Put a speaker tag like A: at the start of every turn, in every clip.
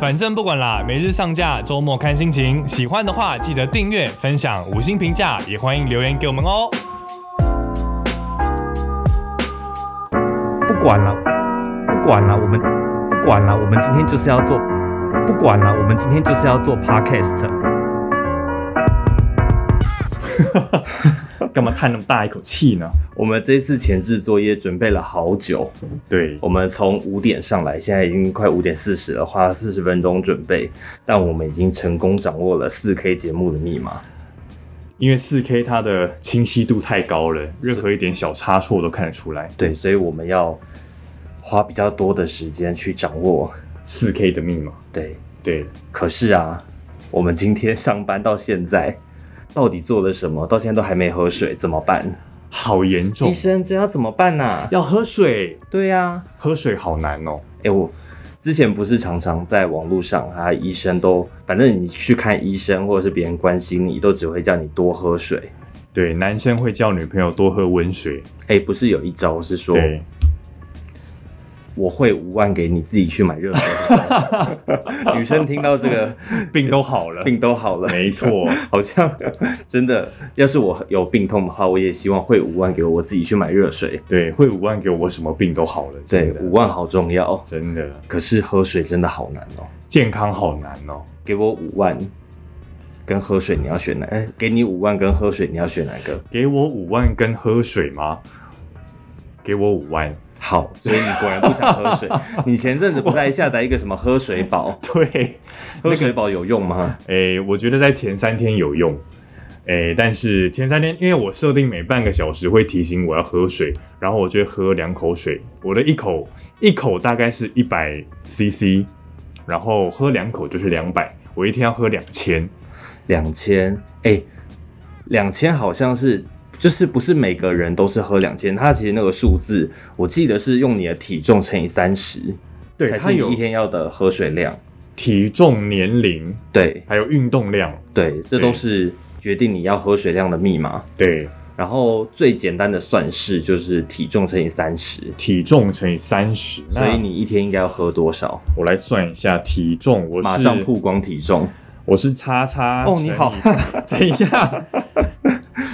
A: 反正不管啦，每日上架，周末看心情。喜欢的话记得订阅、分享、五星评价，也欢迎留言给我们哦。
B: 不管了，不管了，我们不管了，我们今天就是要做，不管了，我们今天就是要做 podcast。
C: 干嘛叹那么大一口气呢？
D: 我们这次前置作业准备了好久，
C: 对，
D: 我们从五点上来，现在已经快五点四十了，花了四十分钟准备，但我们已经成功掌握了四 K 节目的密码。
C: 因为四 K 它的清晰度太高了，任何一点小差错我都看得出来。
D: 对，所以我们要花比较多的时间去掌握。
C: 四 K 的密码，
D: 对，
C: 对，
D: 可是啊，我们今天上班到现在，到底做了什么？到现在都还没喝水，怎么办？
C: 好严
D: 医
C: 重，
D: 生，这要怎么办呐、
C: 要喝水，
D: 对呀、啊，
C: 喝水好难哦。
D: 哎、我之前不是常常在网络上，啊，医生都，反正你去看医生或者是别人关心你，都只会叫你多喝水。
C: 对，男生会叫女朋友多喝温水，
D: 哎、不是有一招是说，
C: 对，
D: 我会五万给你自己去买热水。 女生听到这个
C: 病都好了，
D: 病都好了，
C: 没 错，
D: 好像 真的，要是我有病痛的话，我也希望会五万给我，我自己去买热水。
C: 对，会五万给我，什么病都好了，
D: 对
C: 真，的
D: 五万好重要，
C: 真的，
D: 可是喝水真的好难哦。
C: 健康好难哦。
D: 给我五万，跟喝水你要选哪？哎、给你五万跟喝水你要选哪个？
C: 给我五万跟喝水吗？给我五万，
D: 好，所以你果然不想喝水。你前阵子不是还下载一个什么喝水宝？
C: 对，
D: 喝水宝有用吗？
C: 诶、我觉得在前三天有用。诶、但是前三天，因为我设定每半个小时会提醒我要喝水，然后我就会喝两口水。我的一口一口大概是一百 CC，然后喝两口就是两百。我一天要喝两千，
D: 两千，哎，两千好像是。就是不是每个人都是喝两千，它其实那个数字，我记得是用你的体重乘以三十，
C: 对，
D: 才
C: 它
D: 是
C: 有
D: 你一天要的喝水量。
C: 体重、年龄，
D: 对
C: 还有运动量。
D: 对，这
C: 对
D: 都是决定你要喝水量的密码。
C: 对，
D: 然后最简单的算式就是体重乘以三十，
C: 体重乘以三十，
D: 所以
C: 那
D: 你一天应该要喝多少？
C: 我来算一下体重，我是
D: 马上曝光体重。
C: 我是叉叉
D: 哦你好
C: 乘 以，怎样？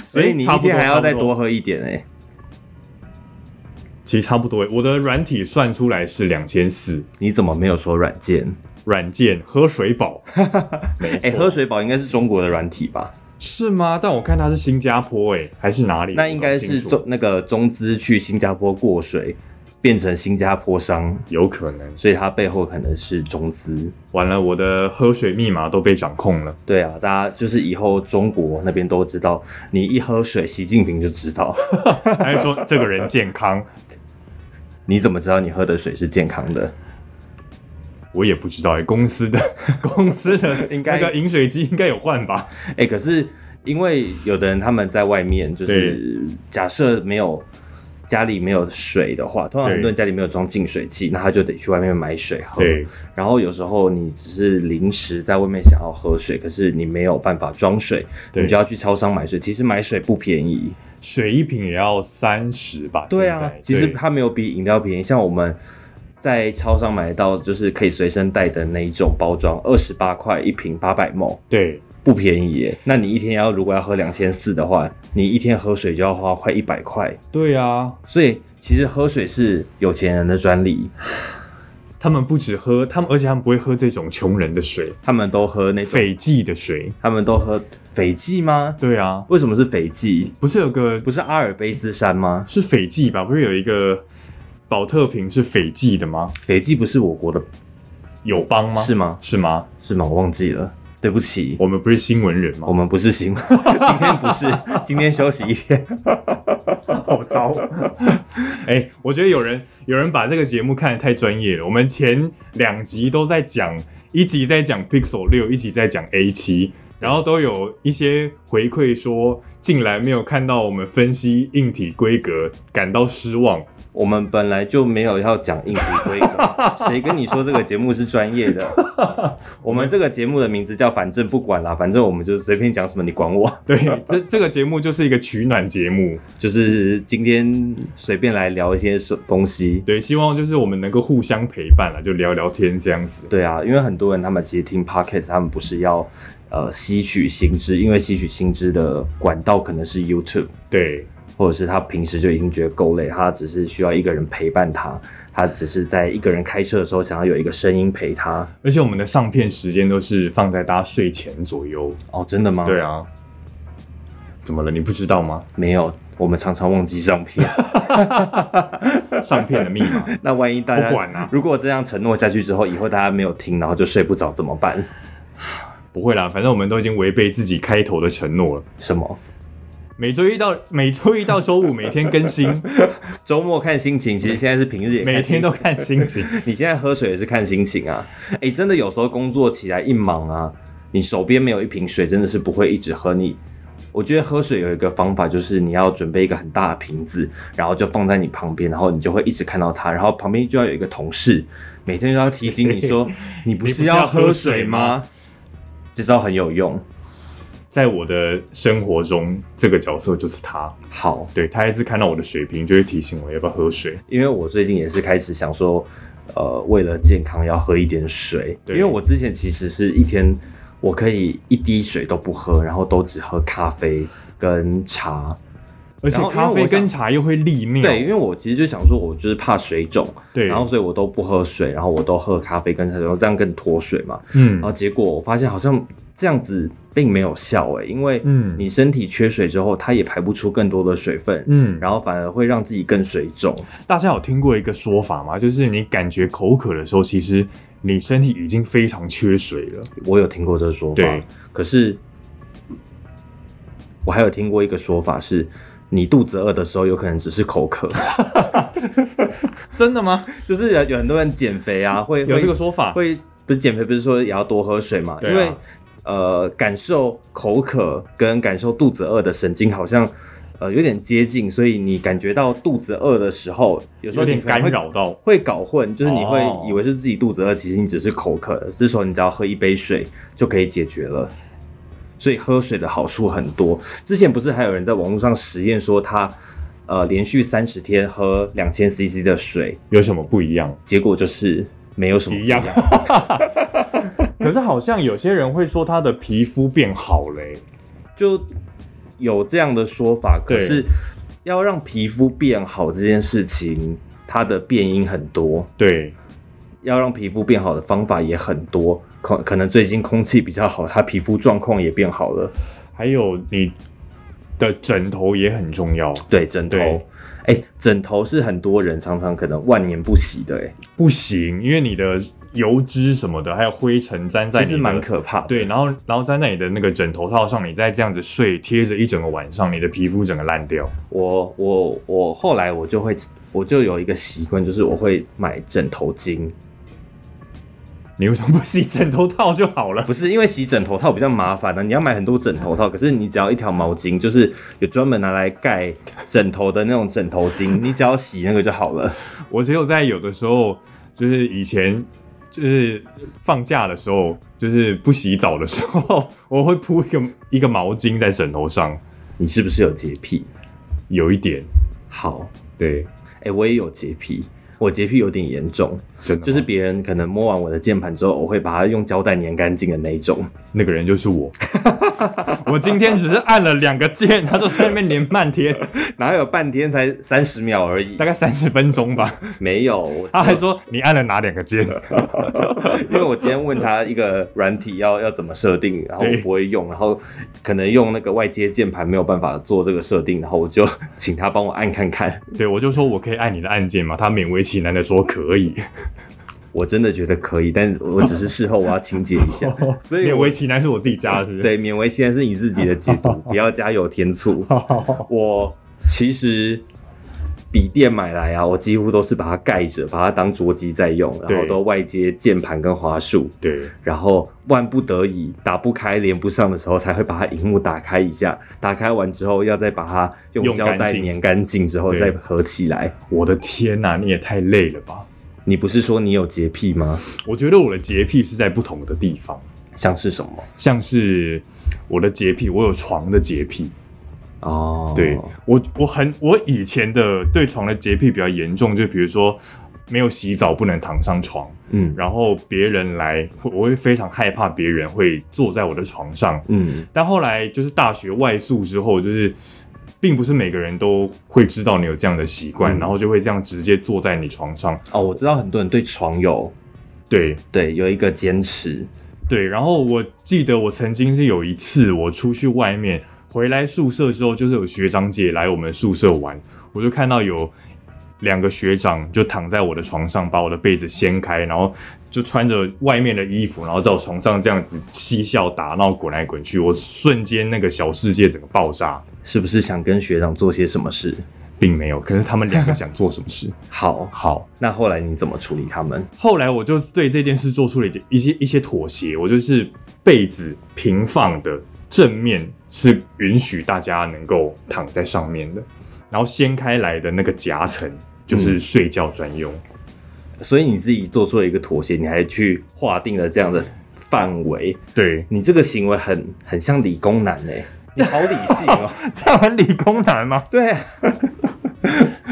D: 所以你
C: 差
D: 一
C: 不多
D: 天还要再多
C: 差不
D: 喝一点哎、
C: 其实差不多耶。我的软体算出来是两千四，
D: 你怎么没有说软件？
C: 软件喝水 宝
D: 哎、喝水宝应该是中国的软体吧？
C: 是吗？但我看它是新加坡哎、还是哪里？
D: 那应该是
C: 我不清
D: 中
C: 楚
D: 那个中资去新加坡过水，变成新加坡商，
C: 有可能。
D: 所以它背后可能是中资。
C: 完了，我的喝水密码都被掌控 了。
D: 对啊，大家就是以后中国那边都知道，你一喝水，习近平就知道。
C: 还是说这个人健康，
D: 你怎么知道你喝的水是健康的？
C: 我也不知道哎、公司 的公司的
D: 应该
C: 那个饮水机应该有换吧？
D: 哎、可是因为有的人他们在外面，就是假设没有家里没有水的话，通常很多人家里没有装净水器，那他就得去外面买水喝。
C: 对，
D: 然后有时候你只是临时在外面想要喝水，可是你没有办法装水，
C: 对
D: 你就要去超商买水。其实买水不便宜，
C: 水一瓶也要三十吧？
D: 对
C: 现
D: 啊
C: 在，
D: 其实
C: 对
D: 它没有比饮料便宜。像我们在超商买得到，就是可以随身带的那一种包装，二十八块一瓶，八百 ml。
C: 对
D: 不便宜耶。那你一天要如果要喝两千四的话，你一天喝水就要花快一百块。
C: 对啊，
D: 所以其实喝水是有钱人的专利，
C: 他们不止喝，他们而且他们不会喝这种穷人的水，
D: 他们都喝那种，
C: 斐济的水。
D: 他们都喝斐济吗？
C: 对啊，
D: 为什么是斐济？
C: 不是有个
D: 不是阿尔卑斯山吗？
C: 是斐济吧？不是有一个保特瓶是斐济的吗？
D: 斐济不是我国的
C: 友邦吗？
D: 是吗？
C: 是吗？
D: 是吗？我忘记了，对不起，
C: 我们不是新闻人吗
D: 我？们不是新闻，今天不是，今天休息一天。
C: 好糟！ 哎、我觉得有人有人把这个节目看得太专业了。我们前两集都在讲，一集在讲 Pixel 六，一集在讲 A 七，然后都有一些回馈说，竟然没有看到我们分析硬体规格，感到失望。
D: 我们本来就没有要讲硬体规 格，谁跟你说这个节目是专业的？我们这个节目的名字叫“反正不管啦”，反正我们就随便讲什么，你管我？
C: 对，这这个节目就是一个取暖节目，
D: 就是今天随便来聊一些什东西。
C: 对，希望就是我们能够互相陪伴啊，就聊聊天这样子。
D: 对啊，因为很多人他们其实听 podcast，他们不是要呃吸取新知，因为吸取新知的管道可能是 YouTube。
C: 对。
D: 或者是他平时就已经觉得够累，他只是需要一个人陪伴他，他只是在一个人开车的时候想要有一个声音陪他。
C: 而且我们的上片时间都是放在大家睡前左右。
D: 哦，真的吗？
C: 对啊。怎么了？你不知道吗？
D: 没有，我们常常忘记上片。
C: 上片的密码。
D: 那万一大家
C: 不管啊，
D: 如果这样承诺下去之后，以后大家没有听，然后就睡不着怎么办？
C: 不会啦，反正我们都已经违背自己开头的承诺了。
D: 什么？
C: 每周一到每周一到周五每天更新，
D: 周末看心情。其实现在是平日也
C: 每天都看心情。
D: 你现在喝水也是看心情啊？哎、欸，真的有时候工作起来一忙啊，你手边没有一瓶水，真的是不会一直喝你。我觉得喝水有一个方法，就是你要准备一个很大的瓶子，然后就放在你旁边，然后你就会一直看到它，然后旁边就要有一个同事，每天都要提醒你 说：“你不是要喝水吗？”这招很有用。
C: 在我的生活中，这个角色就是他。
D: 好，
C: 对他一次看到我的水瓶，就会提醒我要不要喝水。
D: 因为我最近也是开始想说，呃，为了健康要喝一点水。
C: 对，
D: 因为我之前其实是一天我可以一滴水都不喝，然后都只喝咖啡跟茶。
C: 而且咖啡跟茶又会利尿。
D: 对，因为我其实就想说，我就是怕水肿，
C: 嗯对，
D: 然后所以我都不喝水，然后我都喝咖啡跟茶，然后这样更脱水嘛。
C: 嗯，
D: 然后结果我发现好像这样子并没有效诶、因为
C: 嗯
D: 你身体缺水之后，它也排不出更多的水分，
C: 嗯
D: 然后反而会让自己更水肿。
C: 大家有听过一个说法吗？就是你感觉口渴的时候，其实你身体已经非常缺水了。
D: 我有听过这个说法
C: 对，
D: 可是我还有听过一个说法是，你肚子饿的时候有可能只是口渴，
C: 真的吗？
D: 就是有有很多人减肥啊，会
C: 有
D: 会
C: 这个说法？
D: 会不是减肥，不是说也要多喝水嘛？
C: 对啊
D: 因为呃，感受口渴跟感受肚子饿的神经好像呃有点接近，所以你感觉到肚子饿的时候，有时候
C: 有
D: 你
C: 点
D: 可能
C: 干
D: 会
C: 扰到。
D: 会搞混，就是你会
C: 哦
D: 以为是自己肚子饿，其实你只是口渴。这时候你只要喝一杯水就可以解决了。所以喝水的好处很多。之前不是还有人在网络上实验说他呃连续三十天喝两千 CC 的水，
C: 有什么不一样？
D: 结果就是没有什么不
C: 一样。 可是好像有些人会说他的皮肤变好嘞、
D: 就有这样的说法。可
C: 对
D: 是要让皮肤变好这件事情，它的变因很多。
C: 对，
D: 要让皮肤变好的方法也很多，可可能最近空气比较好，它皮肤状况也变好了。
C: 还有你的枕头也很重要，
D: 对，枕头
C: 对，
D: 哎、枕头是很多人常常可能万年不洗的、哎，
C: 不行，因为你的油脂什么的，还有灰尘粘在
D: 其
C: 你的，
D: 实蛮可怕的。
C: 对，然后然后粘在你的那个枕头套上，你再这样子睡，贴着一整个晚上，你的皮肤整个烂掉。
D: 我我我后来我就会，我就有一个习惯，就是我会买枕头巾，
C: 你为什么不洗枕头套就好了？
D: 不是因为洗枕头套比较麻烦啊的、你要买很多枕头套，可是你只要一条毛巾，就是有专门拿来盖枕头的那种枕头巾，你只要洗那个就好了。
C: 我只有在有的时候，就是以前就是放假的时候，就是不洗澡的时候，我会铺一个一个毛巾在枕头上，
D: 你是不是有洁癖？
C: 有一点
D: 好，
C: 对，
D: 哎、我也有洁癖，我洁癖有点严重，
C: 真的就
D: 就
C: 是是
D: 别人可能摸完我的键盘之后，我会把它用胶带粘干净的那一种。
C: 那个人就是我。 我今天只是按了两个键，他就在那边连半天，
D: 哪有半天才三十秒而已
C: 大？概三十分钟吧。
D: 没有，我
C: 他还说你按了哪两个键？
D: 因为我今天问他一个软体要要怎么设定，然后我
C: 对
D: 不会用，然后可能用那个外接键盘没有办法做这个设定，然后我就 请他帮我按看看。
C: 对，我就说我可以按你的按键嘛，他勉为其难的说可以，
D: 我真的觉得可以，但我只是事后我要清洁 一下，所以
C: 哦勉
D: 我
C: 为其难是我自己加的，是不是？，
D: 对 勉为其难是 你自己的解读，不要加油添醋。我其实笔电买来啊，我几乎都是把它盖着，把它当桌机在用，然后
C: 对
D: 都外接键盘跟滑鼠，
C: 对，
D: 然后万不得已打不开、连不上的时候，才会把它荧幕打开一下。打开完之后，要再把它用
C: 用
D: 胶
C: 干
D: 带
C: 净
D: 粘干净之后
C: 对
D: 再合起来。
C: 我的天呐、你也太累了吧！
D: 你不是说你有洁癖吗？
C: 我觉得我的洁癖是在不同的地方，
D: 像是什么？
C: 像是我的洁癖，我有床的洁癖，
D: 哦，
C: 对我，我很我以前的对床的洁癖比较严重，就比如说没有洗澡不能躺上床，
D: 嗯
C: 然后别人来，我我会非常害怕别人会坐在我的床上。
D: 嗯，
C: 但后来就是大学外宿之后，就是并不是每个人都会知道你有这样的习惯，
D: 嗯
C: 然后就会这样直接坐在你床上。
D: 哦，我知道很多人对床有
C: 对
D: 对有一个坚持，
C: 对，然后我记得我曾经是有一次我出去外面回来宿舍之后，就是有学长姐来我们宿舍玩，我就看到有两个学长就躺在我的床上，把我的被子掀开，然后就穿着外面的衣服，然后在我床上这样子嬉笑打闹滚来滚去，我瞬间那个小世界整个爆炸，
D: 是不是想跟学长做些什么事？
C: 并没有，可是他们两个想做什么 事？
D: 好，
C: 好，
D: 那后来你怎么处理他们？
C: 后来我就对这件事做出了一一些一些妥协，我就是被子平放的正面是允许大家能够躺在上面的，然后掀开来的那个夹层就是睡觉专用。
D: 所以你自己做出了一个妥协，你还去划定了这样的范围，
C: 对，
D: 你这个行为很很像理工男哎、你好理性 哦、
C: 这样很理工男吗？
D: 对、啊，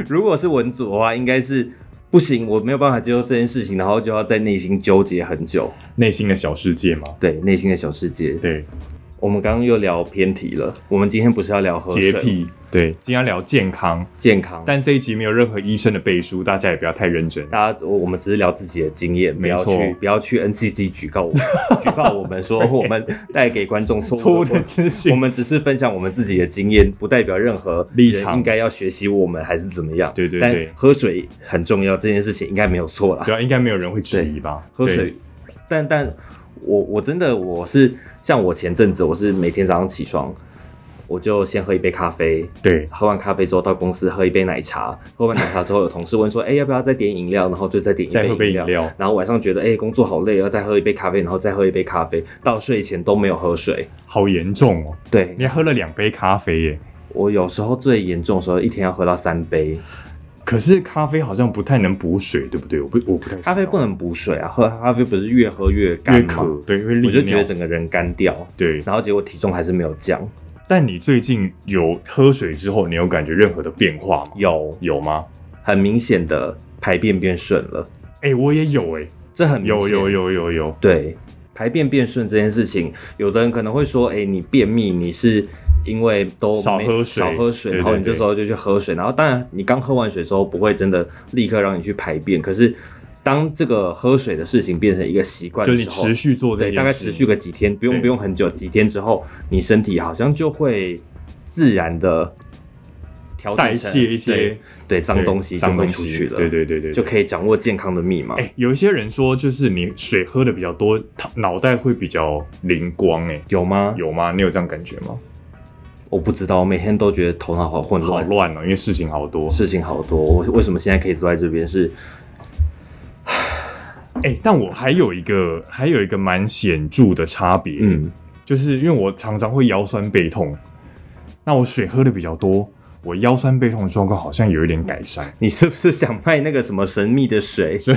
D: 如果是文组的话，应该是不行，我没有办法接受这件事情，然后就要在内心纠结很久。
C: 内心的小世界吗？
D: 对，内心的小世界。
C: 对，
D: 我们刚刚又聊偏题了，我们今天不是要聊喝水
C: 洁癖。对，今天要聊健康，
D: 健康，
C: 但这一集没有任何医生的背书，大家也不要太认 真。
D: 大家，我我们只是聊自己的经验，不
C: 没
D: 要
C: 错
D: 去不要去 NCC 举报我们，举报我们说哦我们带给观众错
C: 错误
D: 误
C: 的资讯
D: 我们只是分享我们自己的经验，不代表任何
C: 立
D: 人
C: 场
D: 应该要学习我们还是怎么样。
C: 对对对
D: 但喝水很重要，这件事情应该没有错啦
C: 对。啊，应该没有人会质疑吧？
D: 喝
C: 对
D: 水，但但我我真的我是像我前阵子我是每天早上起床，我就先喝一杯咖啡，
C: 对
D: 喝完咖啡之后到公司喝一杯奶茶，喝完奶茶之后有同事问说，哎、要不要再点饮料？然后就再点一
C: 再
D: 杯
C: 喝杯
D: 饮
C: 饮
D: 料。
C: 料，
D: 然后晚上觉得哎、工作好累，要再喝一杯咖啡，然后再喝一杯咖啡，到睡前都没有喝水。
C: 好严重哦！
D: 对
C: 你还喝了两杯咖啡耶？
D: 我有时候最严重的时候，一天要喝到三杯
C: 可是咖啡好像不太能补水，对不对？我不，我不太知道
D: 咖啡，不能补水啊，喝咖啡不是越喝越干
C: 越
D: 吗
C: 渴，对，因为利
D: 我就觉
C: 尿
D: 得整个人干掉，
C: 对。
D: 然后结果体重还是没有降。
C: 但你最近有喝水之后，你有感觉任何的变化吗？
D: 有
C: 有吗？
D: 很明显的排便变顺了，
C: 哎、我也有哎、
D: 这很明显
C: 有有有有有，
D: 对排便变顺这件事情，有的人可能会说，哎、你便秘你是。因为都没
C: 少喝水
D: 少喝水，
C: 对
D: 然后
C: 对
D: 你这
C: 对
D: 时候就去喝水，然后当然你刚喝完水之后不会真的立刻让你去排便，可是当这个喝水的事情变成一个习惯
C: 就
D: 的
C: 你
D: 时候，
C: 持续做这件
D: 对，
C: 事，
D: 大概持续个几天，不
C: 对
D: 用不用很久，几天之后，你身体好像就会自然的调整
C: 代
D: 成
C: 谢一些
D: 对对脏
C: 对
D: 东西就
C: 脏
D: 会
C: 东
D: 出
C: 西
D: 去了，
C: 对对对对，
D: 就可
C: 以。
D: 以掌握健康的密码。
C: 哎、有一些人说，就是你水喝的比较多，他脑袋会比较灵光、哎，
D: 有吗？，
C: 有吗？你有这样感觉吗？
D: 我不知道，我每天都觉得头脑好混
C: 好
D: 乱，
C: 乱哦、因为事情好多。
D: 事情好多。我为什么现在可以坐在这边？是
C: 哎、但我还有一个，还有一个蛮显著的差别，
D: 嗯，
C: 就是因为我常常会腰酸背痛，那我水喝的比较多，我腰酸背痛的状况好像有一点改善。
D: 你是不是想卖那个什么神秘的水，神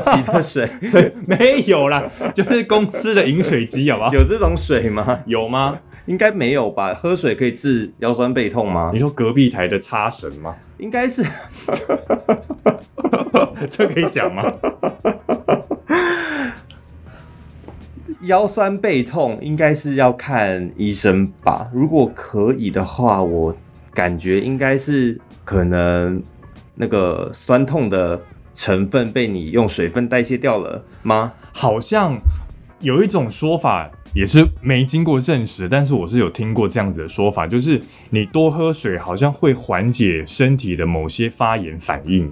D: 奇的水？
C: 所以没有啦，就是公司的饮水机，好不好？
D: 有这种水吗？
C: 有吗？
D: 应该没有吧？喝水可以治腰酸背痛吗
C: 你？说隔壁台的插神吗？
D: 应该是。
C: 这可以讲吗？
D: 腰酸背痛应该是要看医生吧。如果可以的话，我感觉应该是可能那个酸痛的成分被你用水分代谢掉了吗？
C: 好像有一种说法也是没经过证实，但是我是有听过这样子的说法，就是你多喝水好像会缓解身体的某些发炎反应。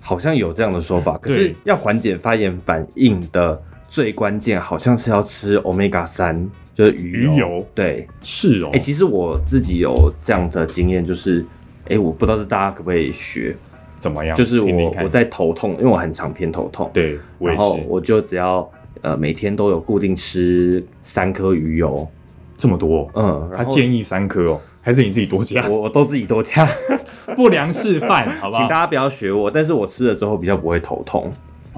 D: 好像有这样的说法，可是
C: 对
D: 要缓解发炎反应的最关键，好像是要吃 omega 三，就是鱼油。
C: 鱼油
D: 对，
C: 是哦，
D: 哎、其实我自己有这样的经验，就是哎，我不知道是大家可不可以学，
C: 怎么样？
D: 就是
C: 听听
D: 我
C: 看
D: 我在头痛，因为我很常偏头痛，，
C: 对我也
D: 然后
C: 是
D: 我就只要呃每天都有固定吃三颗鱼油，
C: 这么多哦、
D: 嗯，
C: 他
D: 然后
C: 建议三颗哦，还是你自己多加？
D: 我我都自己多加，
C: 不良示 范，好不
D: 请
C: 好
D: 大？家不要学我，但是我吃了之后比较不会头痛，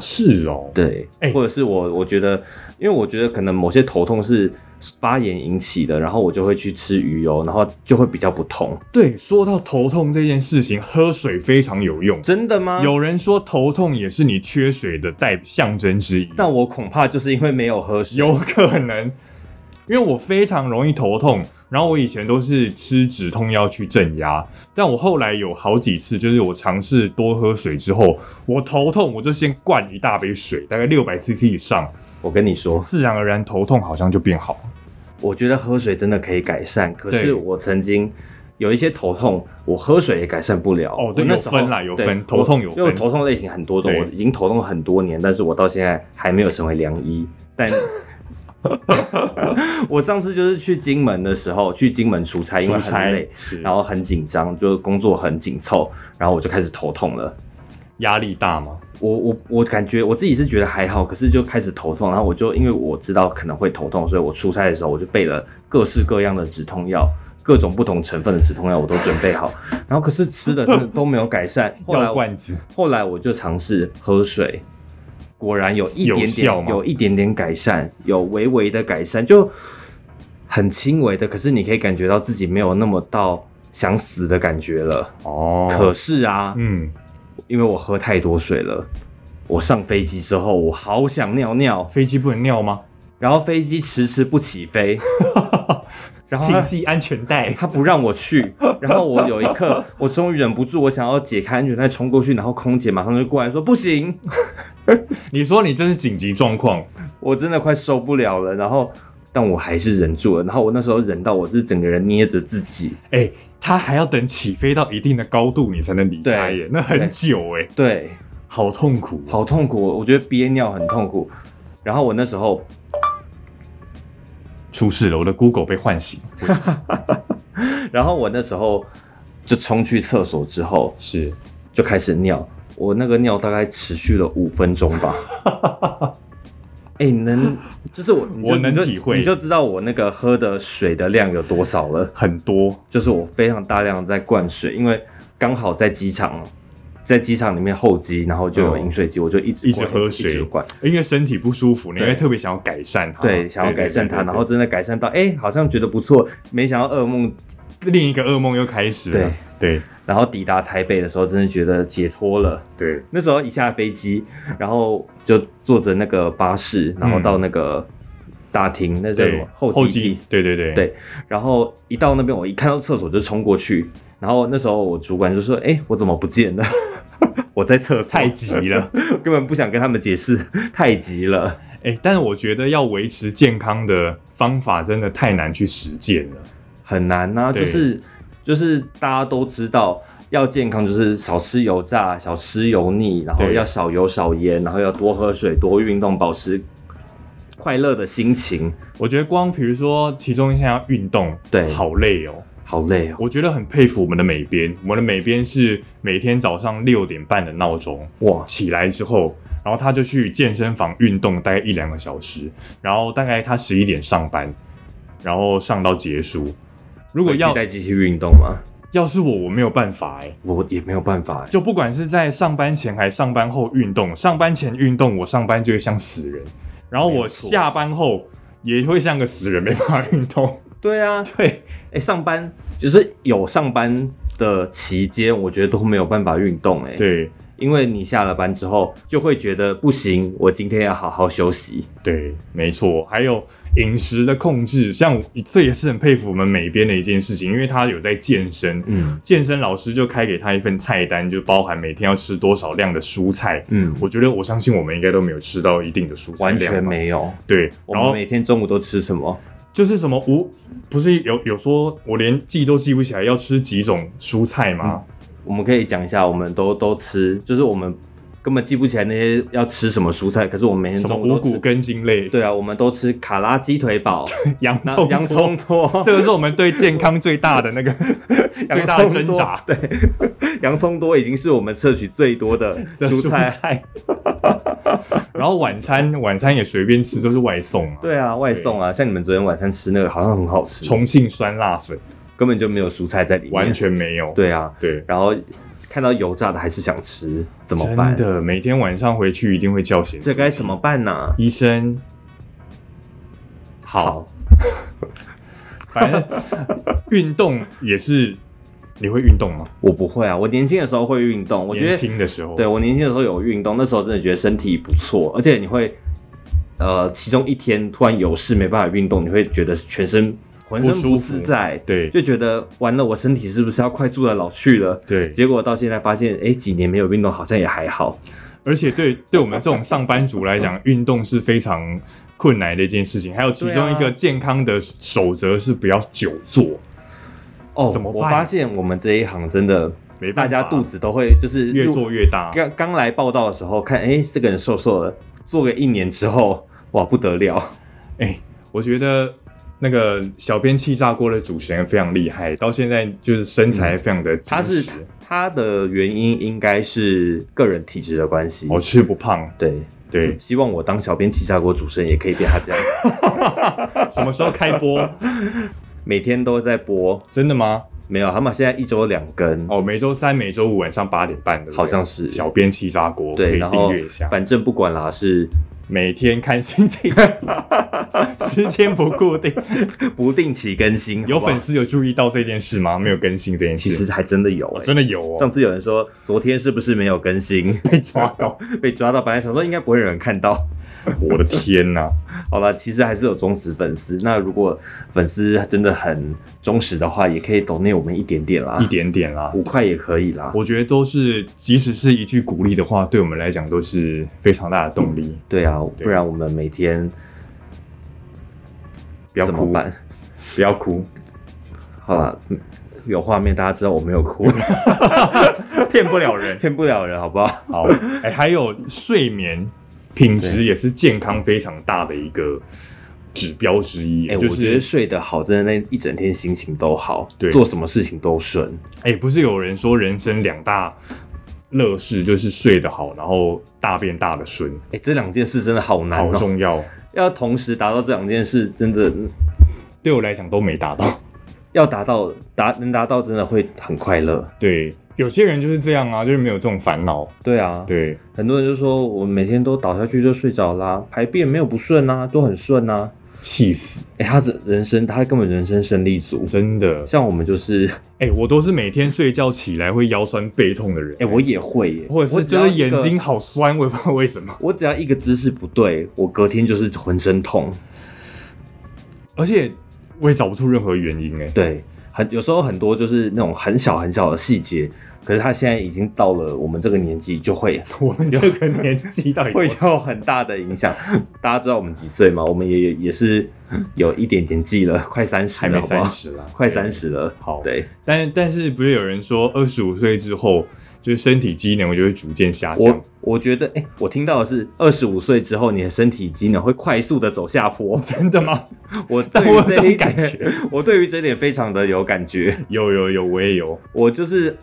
C: 是哦，
D: 对，
C: 哎
D: 或者是我我觉得，因为我觉得可能某些头痛是发炎引起的，然后我就会去吃鱼油，然后就会比较不痛，
C: 对，说到头痛这件事情，喝水非常有用。
D: 真的吗？，
C: 有人说头痛也是你缺水的代象征之一，
D: 但我恐怕就是因为没有喝水，
C: 有可能，因为我非常容易头痛， 然后我以前都是吃止痛药去镇压，但我后来有好几次，就是我尝试多喝水之后，我头痛我就先灌一大杯水，大概六百 CC 以上，
D: 我跟你说，
C: 自然而然头痛好像就变好了。
D: 我觉得喝水真的可以改善，可
C: 对
D: 是我曾经。有一些头痛，我喝水也改善不了。
C: 哦对
D: 我那时候
C: 有分啦有分
D: 对
C: 头痛有
D: 因为我
C: 分
D: 头痛类型很多种，
C: 对
D: 我已经头痛很多年，但是我到现在还没有成为良医。但 我上次就是去金门的时候，去金门出差，因为
C: 出
D: 很
C: 差
D: 累
C: 是，
D: 然后很紧张，就工作很紧凑，然后我就开始头痛了。
C: 压力大吗？
D: 我我我感觉我自己是觉得还好，可是就开始头痛，然后我就因为我知道可能会头痛，所以我出差的时候我就备了各式各样的止痛药，各种不同成分的止痛药我都准备好，然后可是吃的真的都没有 改善。后来
C: 药
D: 我
C: 罐子
D: 后来我就尝试喝水，果然有一点
C: 有效
D: 点
C: 吗
D: 有一点点改善，有微微的改善，就很轻微的，可是你可以感觉到自己没有那么到想死的感觉了。
C: 哦
D: 可是啊，
C: 嗯，
D: 因为我喝太多水了。我上飞机之后，我好想尿尿，
C: 飞机不能尿吗？
D: 然后飞机迟迟不起飞，然后
C: 请
D: 他
C: 系安全带。
D: 他不让我去，然后我有一刻，我终于忍不住，我想要解开安全带冲过去，然后空姐马上就过来说不行，
C: 你说你这是紧急状况，
D: 我真的快受不了了，然后。但我还是忍住了，然后我那时候忍到我是整个人捏着自己，
C: 哎、他还要等起飞到一定的高度，你才能离开
D: 对
C: 耶，那很久哎、
D: 对，
C: 好痛苦哦、
D: 好痛苦，我我觉得憋尿很痛苦。然后我那时候
C: 出事了，我的 Google 被唤醒。
D: 然后我那时候就冲去厕所之后
C: 是，
D: 就开始尿，我那个尿大概持续了五分钟吧。 哎、能就是我，你就
C: 我能
D: 你就
C: 体会
D: 你就知道我那个喝的水的量有多少了。
C: 很多
D: 就是我非常大量地在灌水，因为刚好在机场，在机场里面候机，然后就有
C: 嗯
D: 饮水机，我就一直
C: 一直
D: 灌
C: 喝水
D: 一直灌。
C: 因为身体不舒服，你
D: 对
C: 会特别想要改善它。
D: 对，想要改善它，然后真的改善到，哎、好像觉得不错，没想到噩梦
C: 另一个噩梦又开始了。对
D: 然后抵达台北的时候，真的觉得解脱了。
C: 对
D: 那时候一下飞机，然后就坐着那个巴士，
C: 嗯
D: 然后到那个大厅，那叫什么
C: 对，
D: 候机地。
C: 对对对
D: 对然后一到那边，我一看到厕所就冲过去，然后那时候我主管就说：“哎、我怎么不见了？” 我在厕所，
C: 太急了，
D: 根本不想跟他们解释，太急了。
C: 哎、但是我觉得要维持健康的方法真的太难去实践了。
D: 很难呐、
C: 对
D: 就是就是大家都知道，要健康就是少吃油炸，少吃油腻，然后
C: 对
D: 要少油少盐，然后要多喝水，多运动，保持快乐的心情。
C: 我觉得光比如说其中一项要运动，
D: 对
C: 好累哦。
D: 好累哦，
C: 我觉得很佩服我们的美编，我们的美编是每天早上六点半的闹钟，
D: 哇，
C: 起来之后，然后他就去健身房运动大概一两个小时，然后大概他十一点上班，然后上到结束。如
D: 如
C: 果要
D: 再继续运动吗？
C: 要是我，我没有办法哎、
D: 我也没有办法欸，
C: 就不管是在上班前还上班后运动，上班前运动我上班就会像死人，然后
D: 没
C: 我
D: 有错
C: 下班后也会像个死人，没办法运动。
D: 对啊，
C: 对，
D: 哎、上班就是有上班的期间，我觉得都没有办法运动哎、，
C: 对
D: 因为你下了班之后就会觉得不行，我今天要好好休息。
C: 对，没错，还有饮食的控制，像这也是很佩服我们美编的一件事情，因为他有在健身，
D: 嗯
C: 健身老师就开给他一份菜单，就包含每天要吃多少量的蔬菜。
D: 嗯，
C: 我觉得我相信我们应该都没有吃到一定的蔬菜量，
D: 完全。没有。
C: 对，
D: 我
C: 然
D: 们
C: 后
D: 每天中午都吃什么？
C: 就是什么无，不是有有说我连记都记不起来要吃几种蔬菜吗？
D: 我们可以讲一下，我们都都吃，就是我们根本记不起来那些要吃什么蔬菜，可是我们每天
C: 什么
D: 嗯中午
C: 五
D: 都
C: 谷
D: 吃。
C: 根茎类，
D: 对啊，我们都吃卡拉鸡腿堡、
C: 洋
D: 那
C: 葱、
D: 洋葱，多、
C: 这个是我们对健康最大的那 个最大的挣扎。
D: 对， 洋葱多已经是我们摄取最多的
C: 的
D: 蔬菜。
C: 菜然后晚餐晚餐也随便吃，都是外送嘛。，
D: 对啊，外送啊，像你们昨天晚餐吃那个好像很好吃，
C: 重庆酸辣粉
D: 根本就没有蔬菜在里面，
C: 完全没有。
D: 对啊。
C: 对，
D: 然后看到油炸的还是想吃，怎么办
C: 真？的每天晚上回去一定会叫醒。
D: 这该怎么办呢、
C: 医生？
D: 好，
C: 反正 运动也是，你会运动吗？
D: 我不会啊，我年轻的时候会运动，我觉
C: 年
D: 得
C: 轻的时候，
D: 对我年轻的时候有运动，那时候真的觉得身体不错，而且你会呃，其中一天突然有事没办法运动，你会觉得全身浑身
C: 不舒
D: 不
C: 服
D: 自在，
C: 对
D: 就觉得完了，我身体是不是要快速的老去了？
C: 对
D: 结果到现在发现，哎，几年没有运动好像也还好。
C: 而且对对我们这种上班族来 讲，运动是非常困难的一件事情。还有其中一
D: 对
C: 个
D: 啊
C: 健康的守则是不要久坐，
D: 哦，
C: 怎么办
D: 我发现我们这一行真的，
C: 没办法
D: 大家肚子都会就是
C: 越做越大。
D: 刚刚来报道的时候看，哎，这个人瘦瘦的，做个一年之后，哇，不得了。
C: 哎、我觉得那个小编气炸锅的主持人非常厉害，到现在就是身材非常的
D: 嗯他
C: 扎实，
D: 是他的原因应该是个人体质的关系。
C: 我吃不胖。
D: 对，，
C: 对
D: 希望我当小编气炸锅主持人也可以变他 这样，
C: 什么时候开 播？
D: 每天都在播。
C: 真的吗？
D: 没有，他们现在一周两更，
C: 哦，每周三、每周五晚上八点半的，对不对
D: 好像是
C: 小编气炸锅，可
D: 对，
C: 以
D: 然
C: 订
D: 后
C: 阅一下。
D: 反正不管啦，是
C: 每天看心情， 时间不固定。
D: 不定期更新。
C: 有
D: 好不好
C: 粉丝有注意到这件事吗？没有更新这件事，
D: 其实还真的有、
C: 我
D: 欸，
C: 真的有哦，
D: 上次有人说昨天是不是没有更新，
C: 被抓到，
D: 被抓到，本来想说应该不会有人看到。
C: 我的天呐、
D: 好了，其实还是有忠实粉丝。那如果粉丝真的很忠实的话，也可以抖内我们一点点啦，
C: 一点点啦。
D: 五块也可以啦。
C: 我觉得都是，即使是一句鼓励的话，对我们来讲都是非常大的动力。
D: 对啊，
C: 对
D: 不然我们每天
C: 不要
D: 怎么
C: 哭，
D: 办？
C: 不要哭，
D: 好了，嗯有画面，大家知道我没有哭，
C: 骗不了人。
D: 骗不了人，好不好？
C: 好，哎、还有睡眠品质也是健康非常大的一个指标之一。
D: 哎、
C: 就
D: 我觉
C: 是
D: 得睡得好，真的那一整天心情都好，
C: 对
D: 做什么事情都顺。
C: 哎、不是有人说人生两大乐事就是睡得好，然后大便大的顺，
D: 哎、这两件事真的好难
C: 好
D: 哦、
C: 重要。
D: 要同时达到这两件事，真的
C: 对我来讲都没达到。
D: 要达到达能达到，真的会很快乐。
C: 对，有些人就是这样啊，就是没有这种烦恼。
D: 对啊，
C: 对，
D: 很多人就说我每天都倒下去就睡着啦，排便没有不顺啊，都很顺啊。
C: 气死，
D: 哎、他这人生他根本人生胜利组，
C: 真的。
D: 像我们就是，
C: 哎、我都是每天睡觉起来会腰酸背痛的人。
D: 哎、我也会耶，
C: 或者
D: 我
C: 是
D: 只
C: 觉
D: 要
C: 得
D: 一个
C: 眼睛。好酸，我也不知道为什么。
D: 我只要一个姿势不对，我隔天就是浑身痛。
C: 而且我也找不出任何原因、哎，
D: 对，很有时候很多就是那种很小很小的细节，可是他现在已经到了我们这个年纪，就会
C: 我们这个年纪到底多
D: 会有很大的影响。大家知道我们几岁吗？我们也也是有一点年纪了，快三十
C: 还没
D: 了，好不好
C: 三，十啦，
D: 快
C: 对
D: 三。十了。
C: 好
D: 对
C: 但但是不是有人说二十五岁之后，就是身体机能就会逐渐下降。
D: 我，我觉得，哎、我听到的是二十五岁之后，你的身体机能会快速的走下坡
C: 真的吗？
D: 我
C: 但
D: 对
C: 我有
D: 于
C: 这
D: 这
C: 种
D: 一点
C: 感 觉，
D: 我对于这一点非常的有感觉。
C: 有有有，我也有。
D: 我就是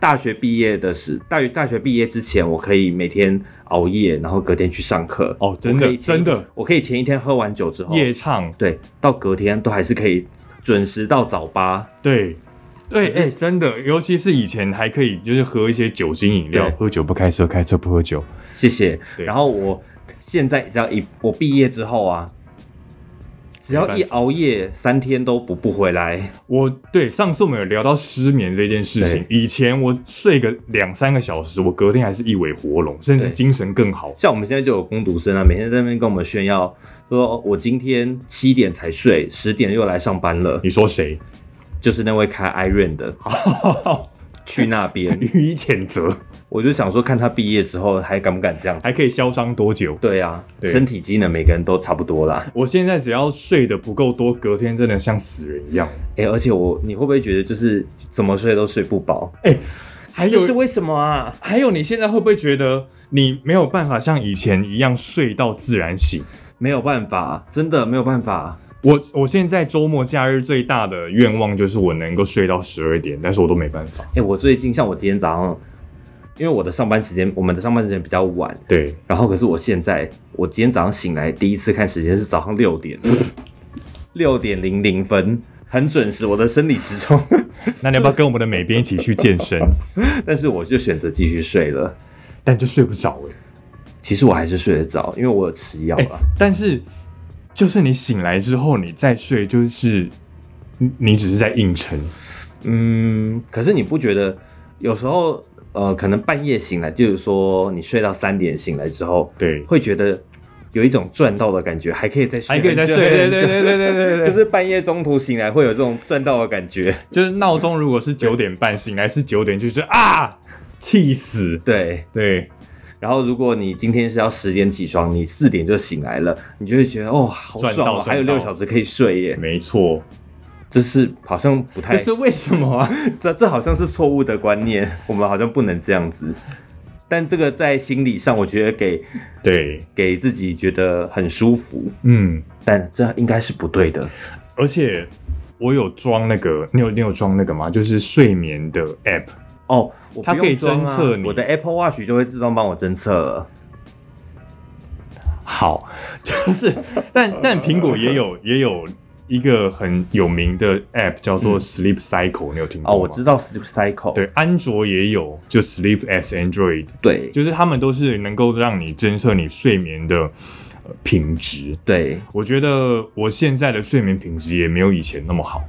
D: 大学毕业的时，大学大学毕业之前，我可以每天熬夜，然后隔天去上课。
C: 哦真
D: 我
C: 的
D: 可以哦
C: 真
D: 前
C: 的，
D: 我可以前一天喝完酒之后，
C: 夜唱，
D: 对，到隔天都还是可以准时到早八。
C: 对对，
D: 可
C: 哎、
D: 是
C: 真的，尤其是以前还可以就是喝一些酒精饮料，
D: 对
C: 喝酒不开车，开车不喝酒。
D: 谢谢。
C: 对
D: 然后我现在只要一我毕业之后啊，只要一熬夜三天都补不回来。
C: 我对上次我们有聊到失眠这件事情，以前我睡个两三个小时，我隔天还是一尾活龙，甚至
D: 对
C: 精神更好。
D: 像我们现在就有工读生啊，每天在那边跟我们炫耀说，哦我今天七点才睡，十点又来上班了，
C: 你说谁？
D: 就是那位开 Iron 的。去那边，
C: 予以谴责，
D: 我就想说，看他毕业之后还敢不敢这样？
C: 还可以嚣张多久？
D: 对啊，
C: 对
D: 身体机能每个人都差不多啦。
C: 我现在只要睡得不够多，隔天真的像死人一样。
D: 哎、而且我，你会不会觉得就是怎么睡都睡不饱？
C: 哎还
D: 这
C: 有
D: 是为什么啊？
C: 还有，你现在会不会觉得你没有办法像以前一样睡到自然醒？
D: 没有办法，真的没有办法。
C: 我我现在周末假日最大的愿望就是我能够睡到十二点，但是我都没办法。
D: 哎、我最近像我今天早上，因为我的上班时间，我们的上班时间比较晚，
C: 对，
D: 然后可是我现在，我今天早上醒来第一次看时间是早上六点， 六点零零分，很准时，我的生理时钟。
C: 那你要不要跟我们的美编一起去健身？
D: 但是我就选择继续睡了。
C: 但就睡不着哎、
D: 其实我还是睡得着，因为我有吃药啊
C: 哎、
D: 了。
C: 但是就是你醒来之后，你再睡，就是你你只是在硬撑。
D: 嗯，可是你不觉得有时候呃，可能半夜醒来，就是说你睡到三点醒来之后，
C: 对，
D: 会觉得有一种赚到的感觉，还可以再睡，
C: 还可以再睡。对对对对对对对对，
D: 就是半夜中途醒来会有这种赚到的感觉。
C: 就是闹钟如果是九点半醒来是九点，就是啊，气死。
D: 对，
C: 对，
D: 然后如果你今天是要十点起床，你四点就醒来了，你就会觉得哦，好
C: 赚到
D: 爽、啊，
C: 赚到
D: 还有六小时可以睡耶。
C: 没错。
D: 这是好像不太
C: 这，是为什么啊？
D: 这这好像是错误的观念，我们好像不能这样子。但这个在心理上，我觉得给
C: 对，
D: 给自己觉得很舒服，
C: 嗯，
D: 但这应该是不对的。
C: 而且我有装那个，你有你有装那个吗？就是睡眠的 app，
D: 哦，我不用
C: 它可以
D: 装啊
C: 侦测你
D: 我的 Apple Watch 就会自动帮我侦测了。
C: 好，就是，但但苹果也有也有一个很有名的 app 叫做 Sleep Cycle，、你有听过
D: 哦，
C: 吗？
D: 我知道 Sleep Cycle，
C: 对，安卓也有，就 Sleep as Android，
D: 对
C: 就是他们都是能够让你侦测你睡眠的、呃品质。
D: 对，
C: 我觉得我现在的睡眠品质也没有以前那么好。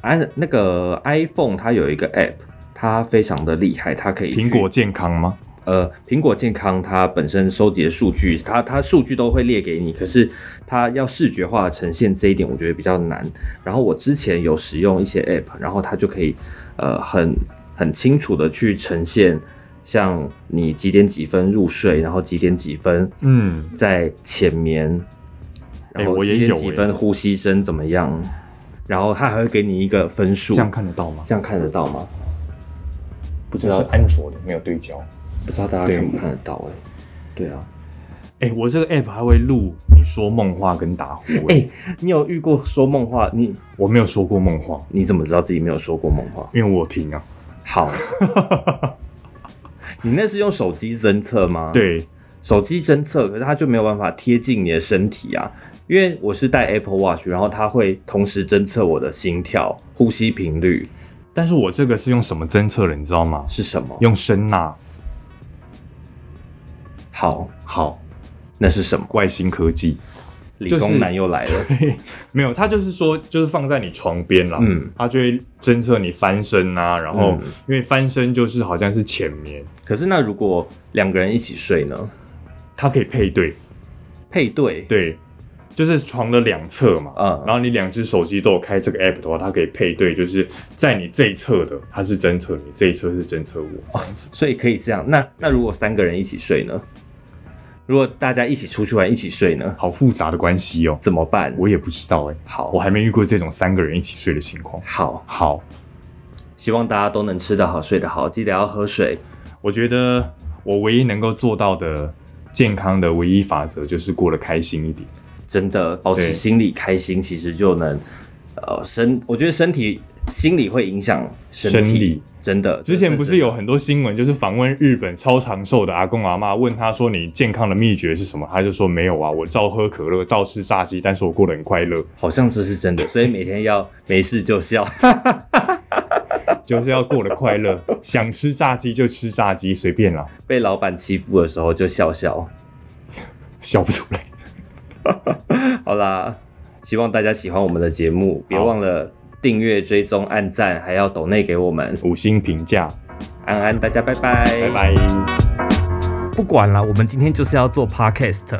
D: 安、啊那个 iPhone 它有一个 App，它非常的厉害，它可以去
C: 苹果健康吗？
D: 呃，苹果健康它本身收集的数据，它它数据都会列给你，可是它要视觉化呈现这一点，我觉得比较难。然后我之前有使用一些 app，然后它就可以呃很很清楚的去呈现，像你几点几分入睡，然后几点几分
C: 嗯，
D: 在浅眠，
C: 哎
D: 然后
C: 我
D: 几
C: 也
D: 点
C: 有
D: 几
C: 哎
D: 分呼吸声怎么样，然后它还会给你一个分数，
C: 这样看得到吗？
D: 这样看得到吗？不知
C: 这
D: 道
C: 是安卓的，没有对焦。
D: 不知道大家
C: 对
D: 看不看得到哎、对啊。
C: 哎、我这个 app 还会录你说梦话跟打呼、欸
D: 哎、你有遇过说梦话？你
C: 我没有说过梦话，
D: 你怎么知道自己没有说过梦话？
C: 因为我有听啊。
D: 好， 你那是用手机侦测吗？，
C: 对，
D: 手机侦测，可是它就没有办法贴近你的身体啊。因为我是戴 Apple Watch，然后它会同时侦测我的心跳、呼吸频率
C: 但是我这个是用什么侦测的，你知道吗？
D: 是什么。
C: 用声呐，
D: 好好，那是什么？
C: 外星科技。
D: 理
C: 就是
D: 工男又来 了。
C: 没有，它就是说，就是放在你床边啦，
D: 嗯
C: 嗯，它就会侦测你翻身啊，然后、
D: 嗯
C: 因为翻身就是好像是浅眠，
D: 可是那如果两个人一起睡呢？
C: 它可以配对，
D: 配对，
C: 对，就是床的两侧嘛，
D: 嗯
C: 然后你两只手机都有开这个 app 的话，它可以配对，就是在你这一侧的它是侦测你，这一侧是侦测我，
D: 所以可以这样。那那如果三个人一起睡呢？如果大家一起出去玩一起睡呢？
C: 好复杂的关系哦，
D: 怎么办？
C: 我也不知道哎、
D: 好，
C: 我还没遇过这种三个人一起睡的情况。
D: 好，
C: 好，
D: 希望大家都能吃得好、睡得好，记得要喝水。
C: 我觉得我唯一能够做到的健康的唯一法则就是过得开心一点。
D: 真的保持
C: 对
D: 心里开心，其实就能，呃，身我觉得身体、心理会影响身体，
C: 生理
D: 真的。
C: 之前不是有
D: 这
C: 很多新闻，就是访问日本超长寿的阿公阿妈，问他说你健康的秘诀是什么，他就说没有啊，我照喝可乐，照吃炸鸡，但是我过得很快乐，
D: 好像这是真的，所以每天要没事 就笑。
C: 就是要过得快乐，想吃炸鸡就吃炸鸡，随便啦，
D: 被老板欺负的时候就笑笑。
C: 笑不出来。
D: 好啦，希望大家喜欢我们的节目，别忘了订阅、追踪、按赞，还要抖内给我们。
C: 五星评价，
D: 安安，大家拜
C: 拜
D: 拜，
C: 拜。
B: 不管了，我们今天就是要做 podcast。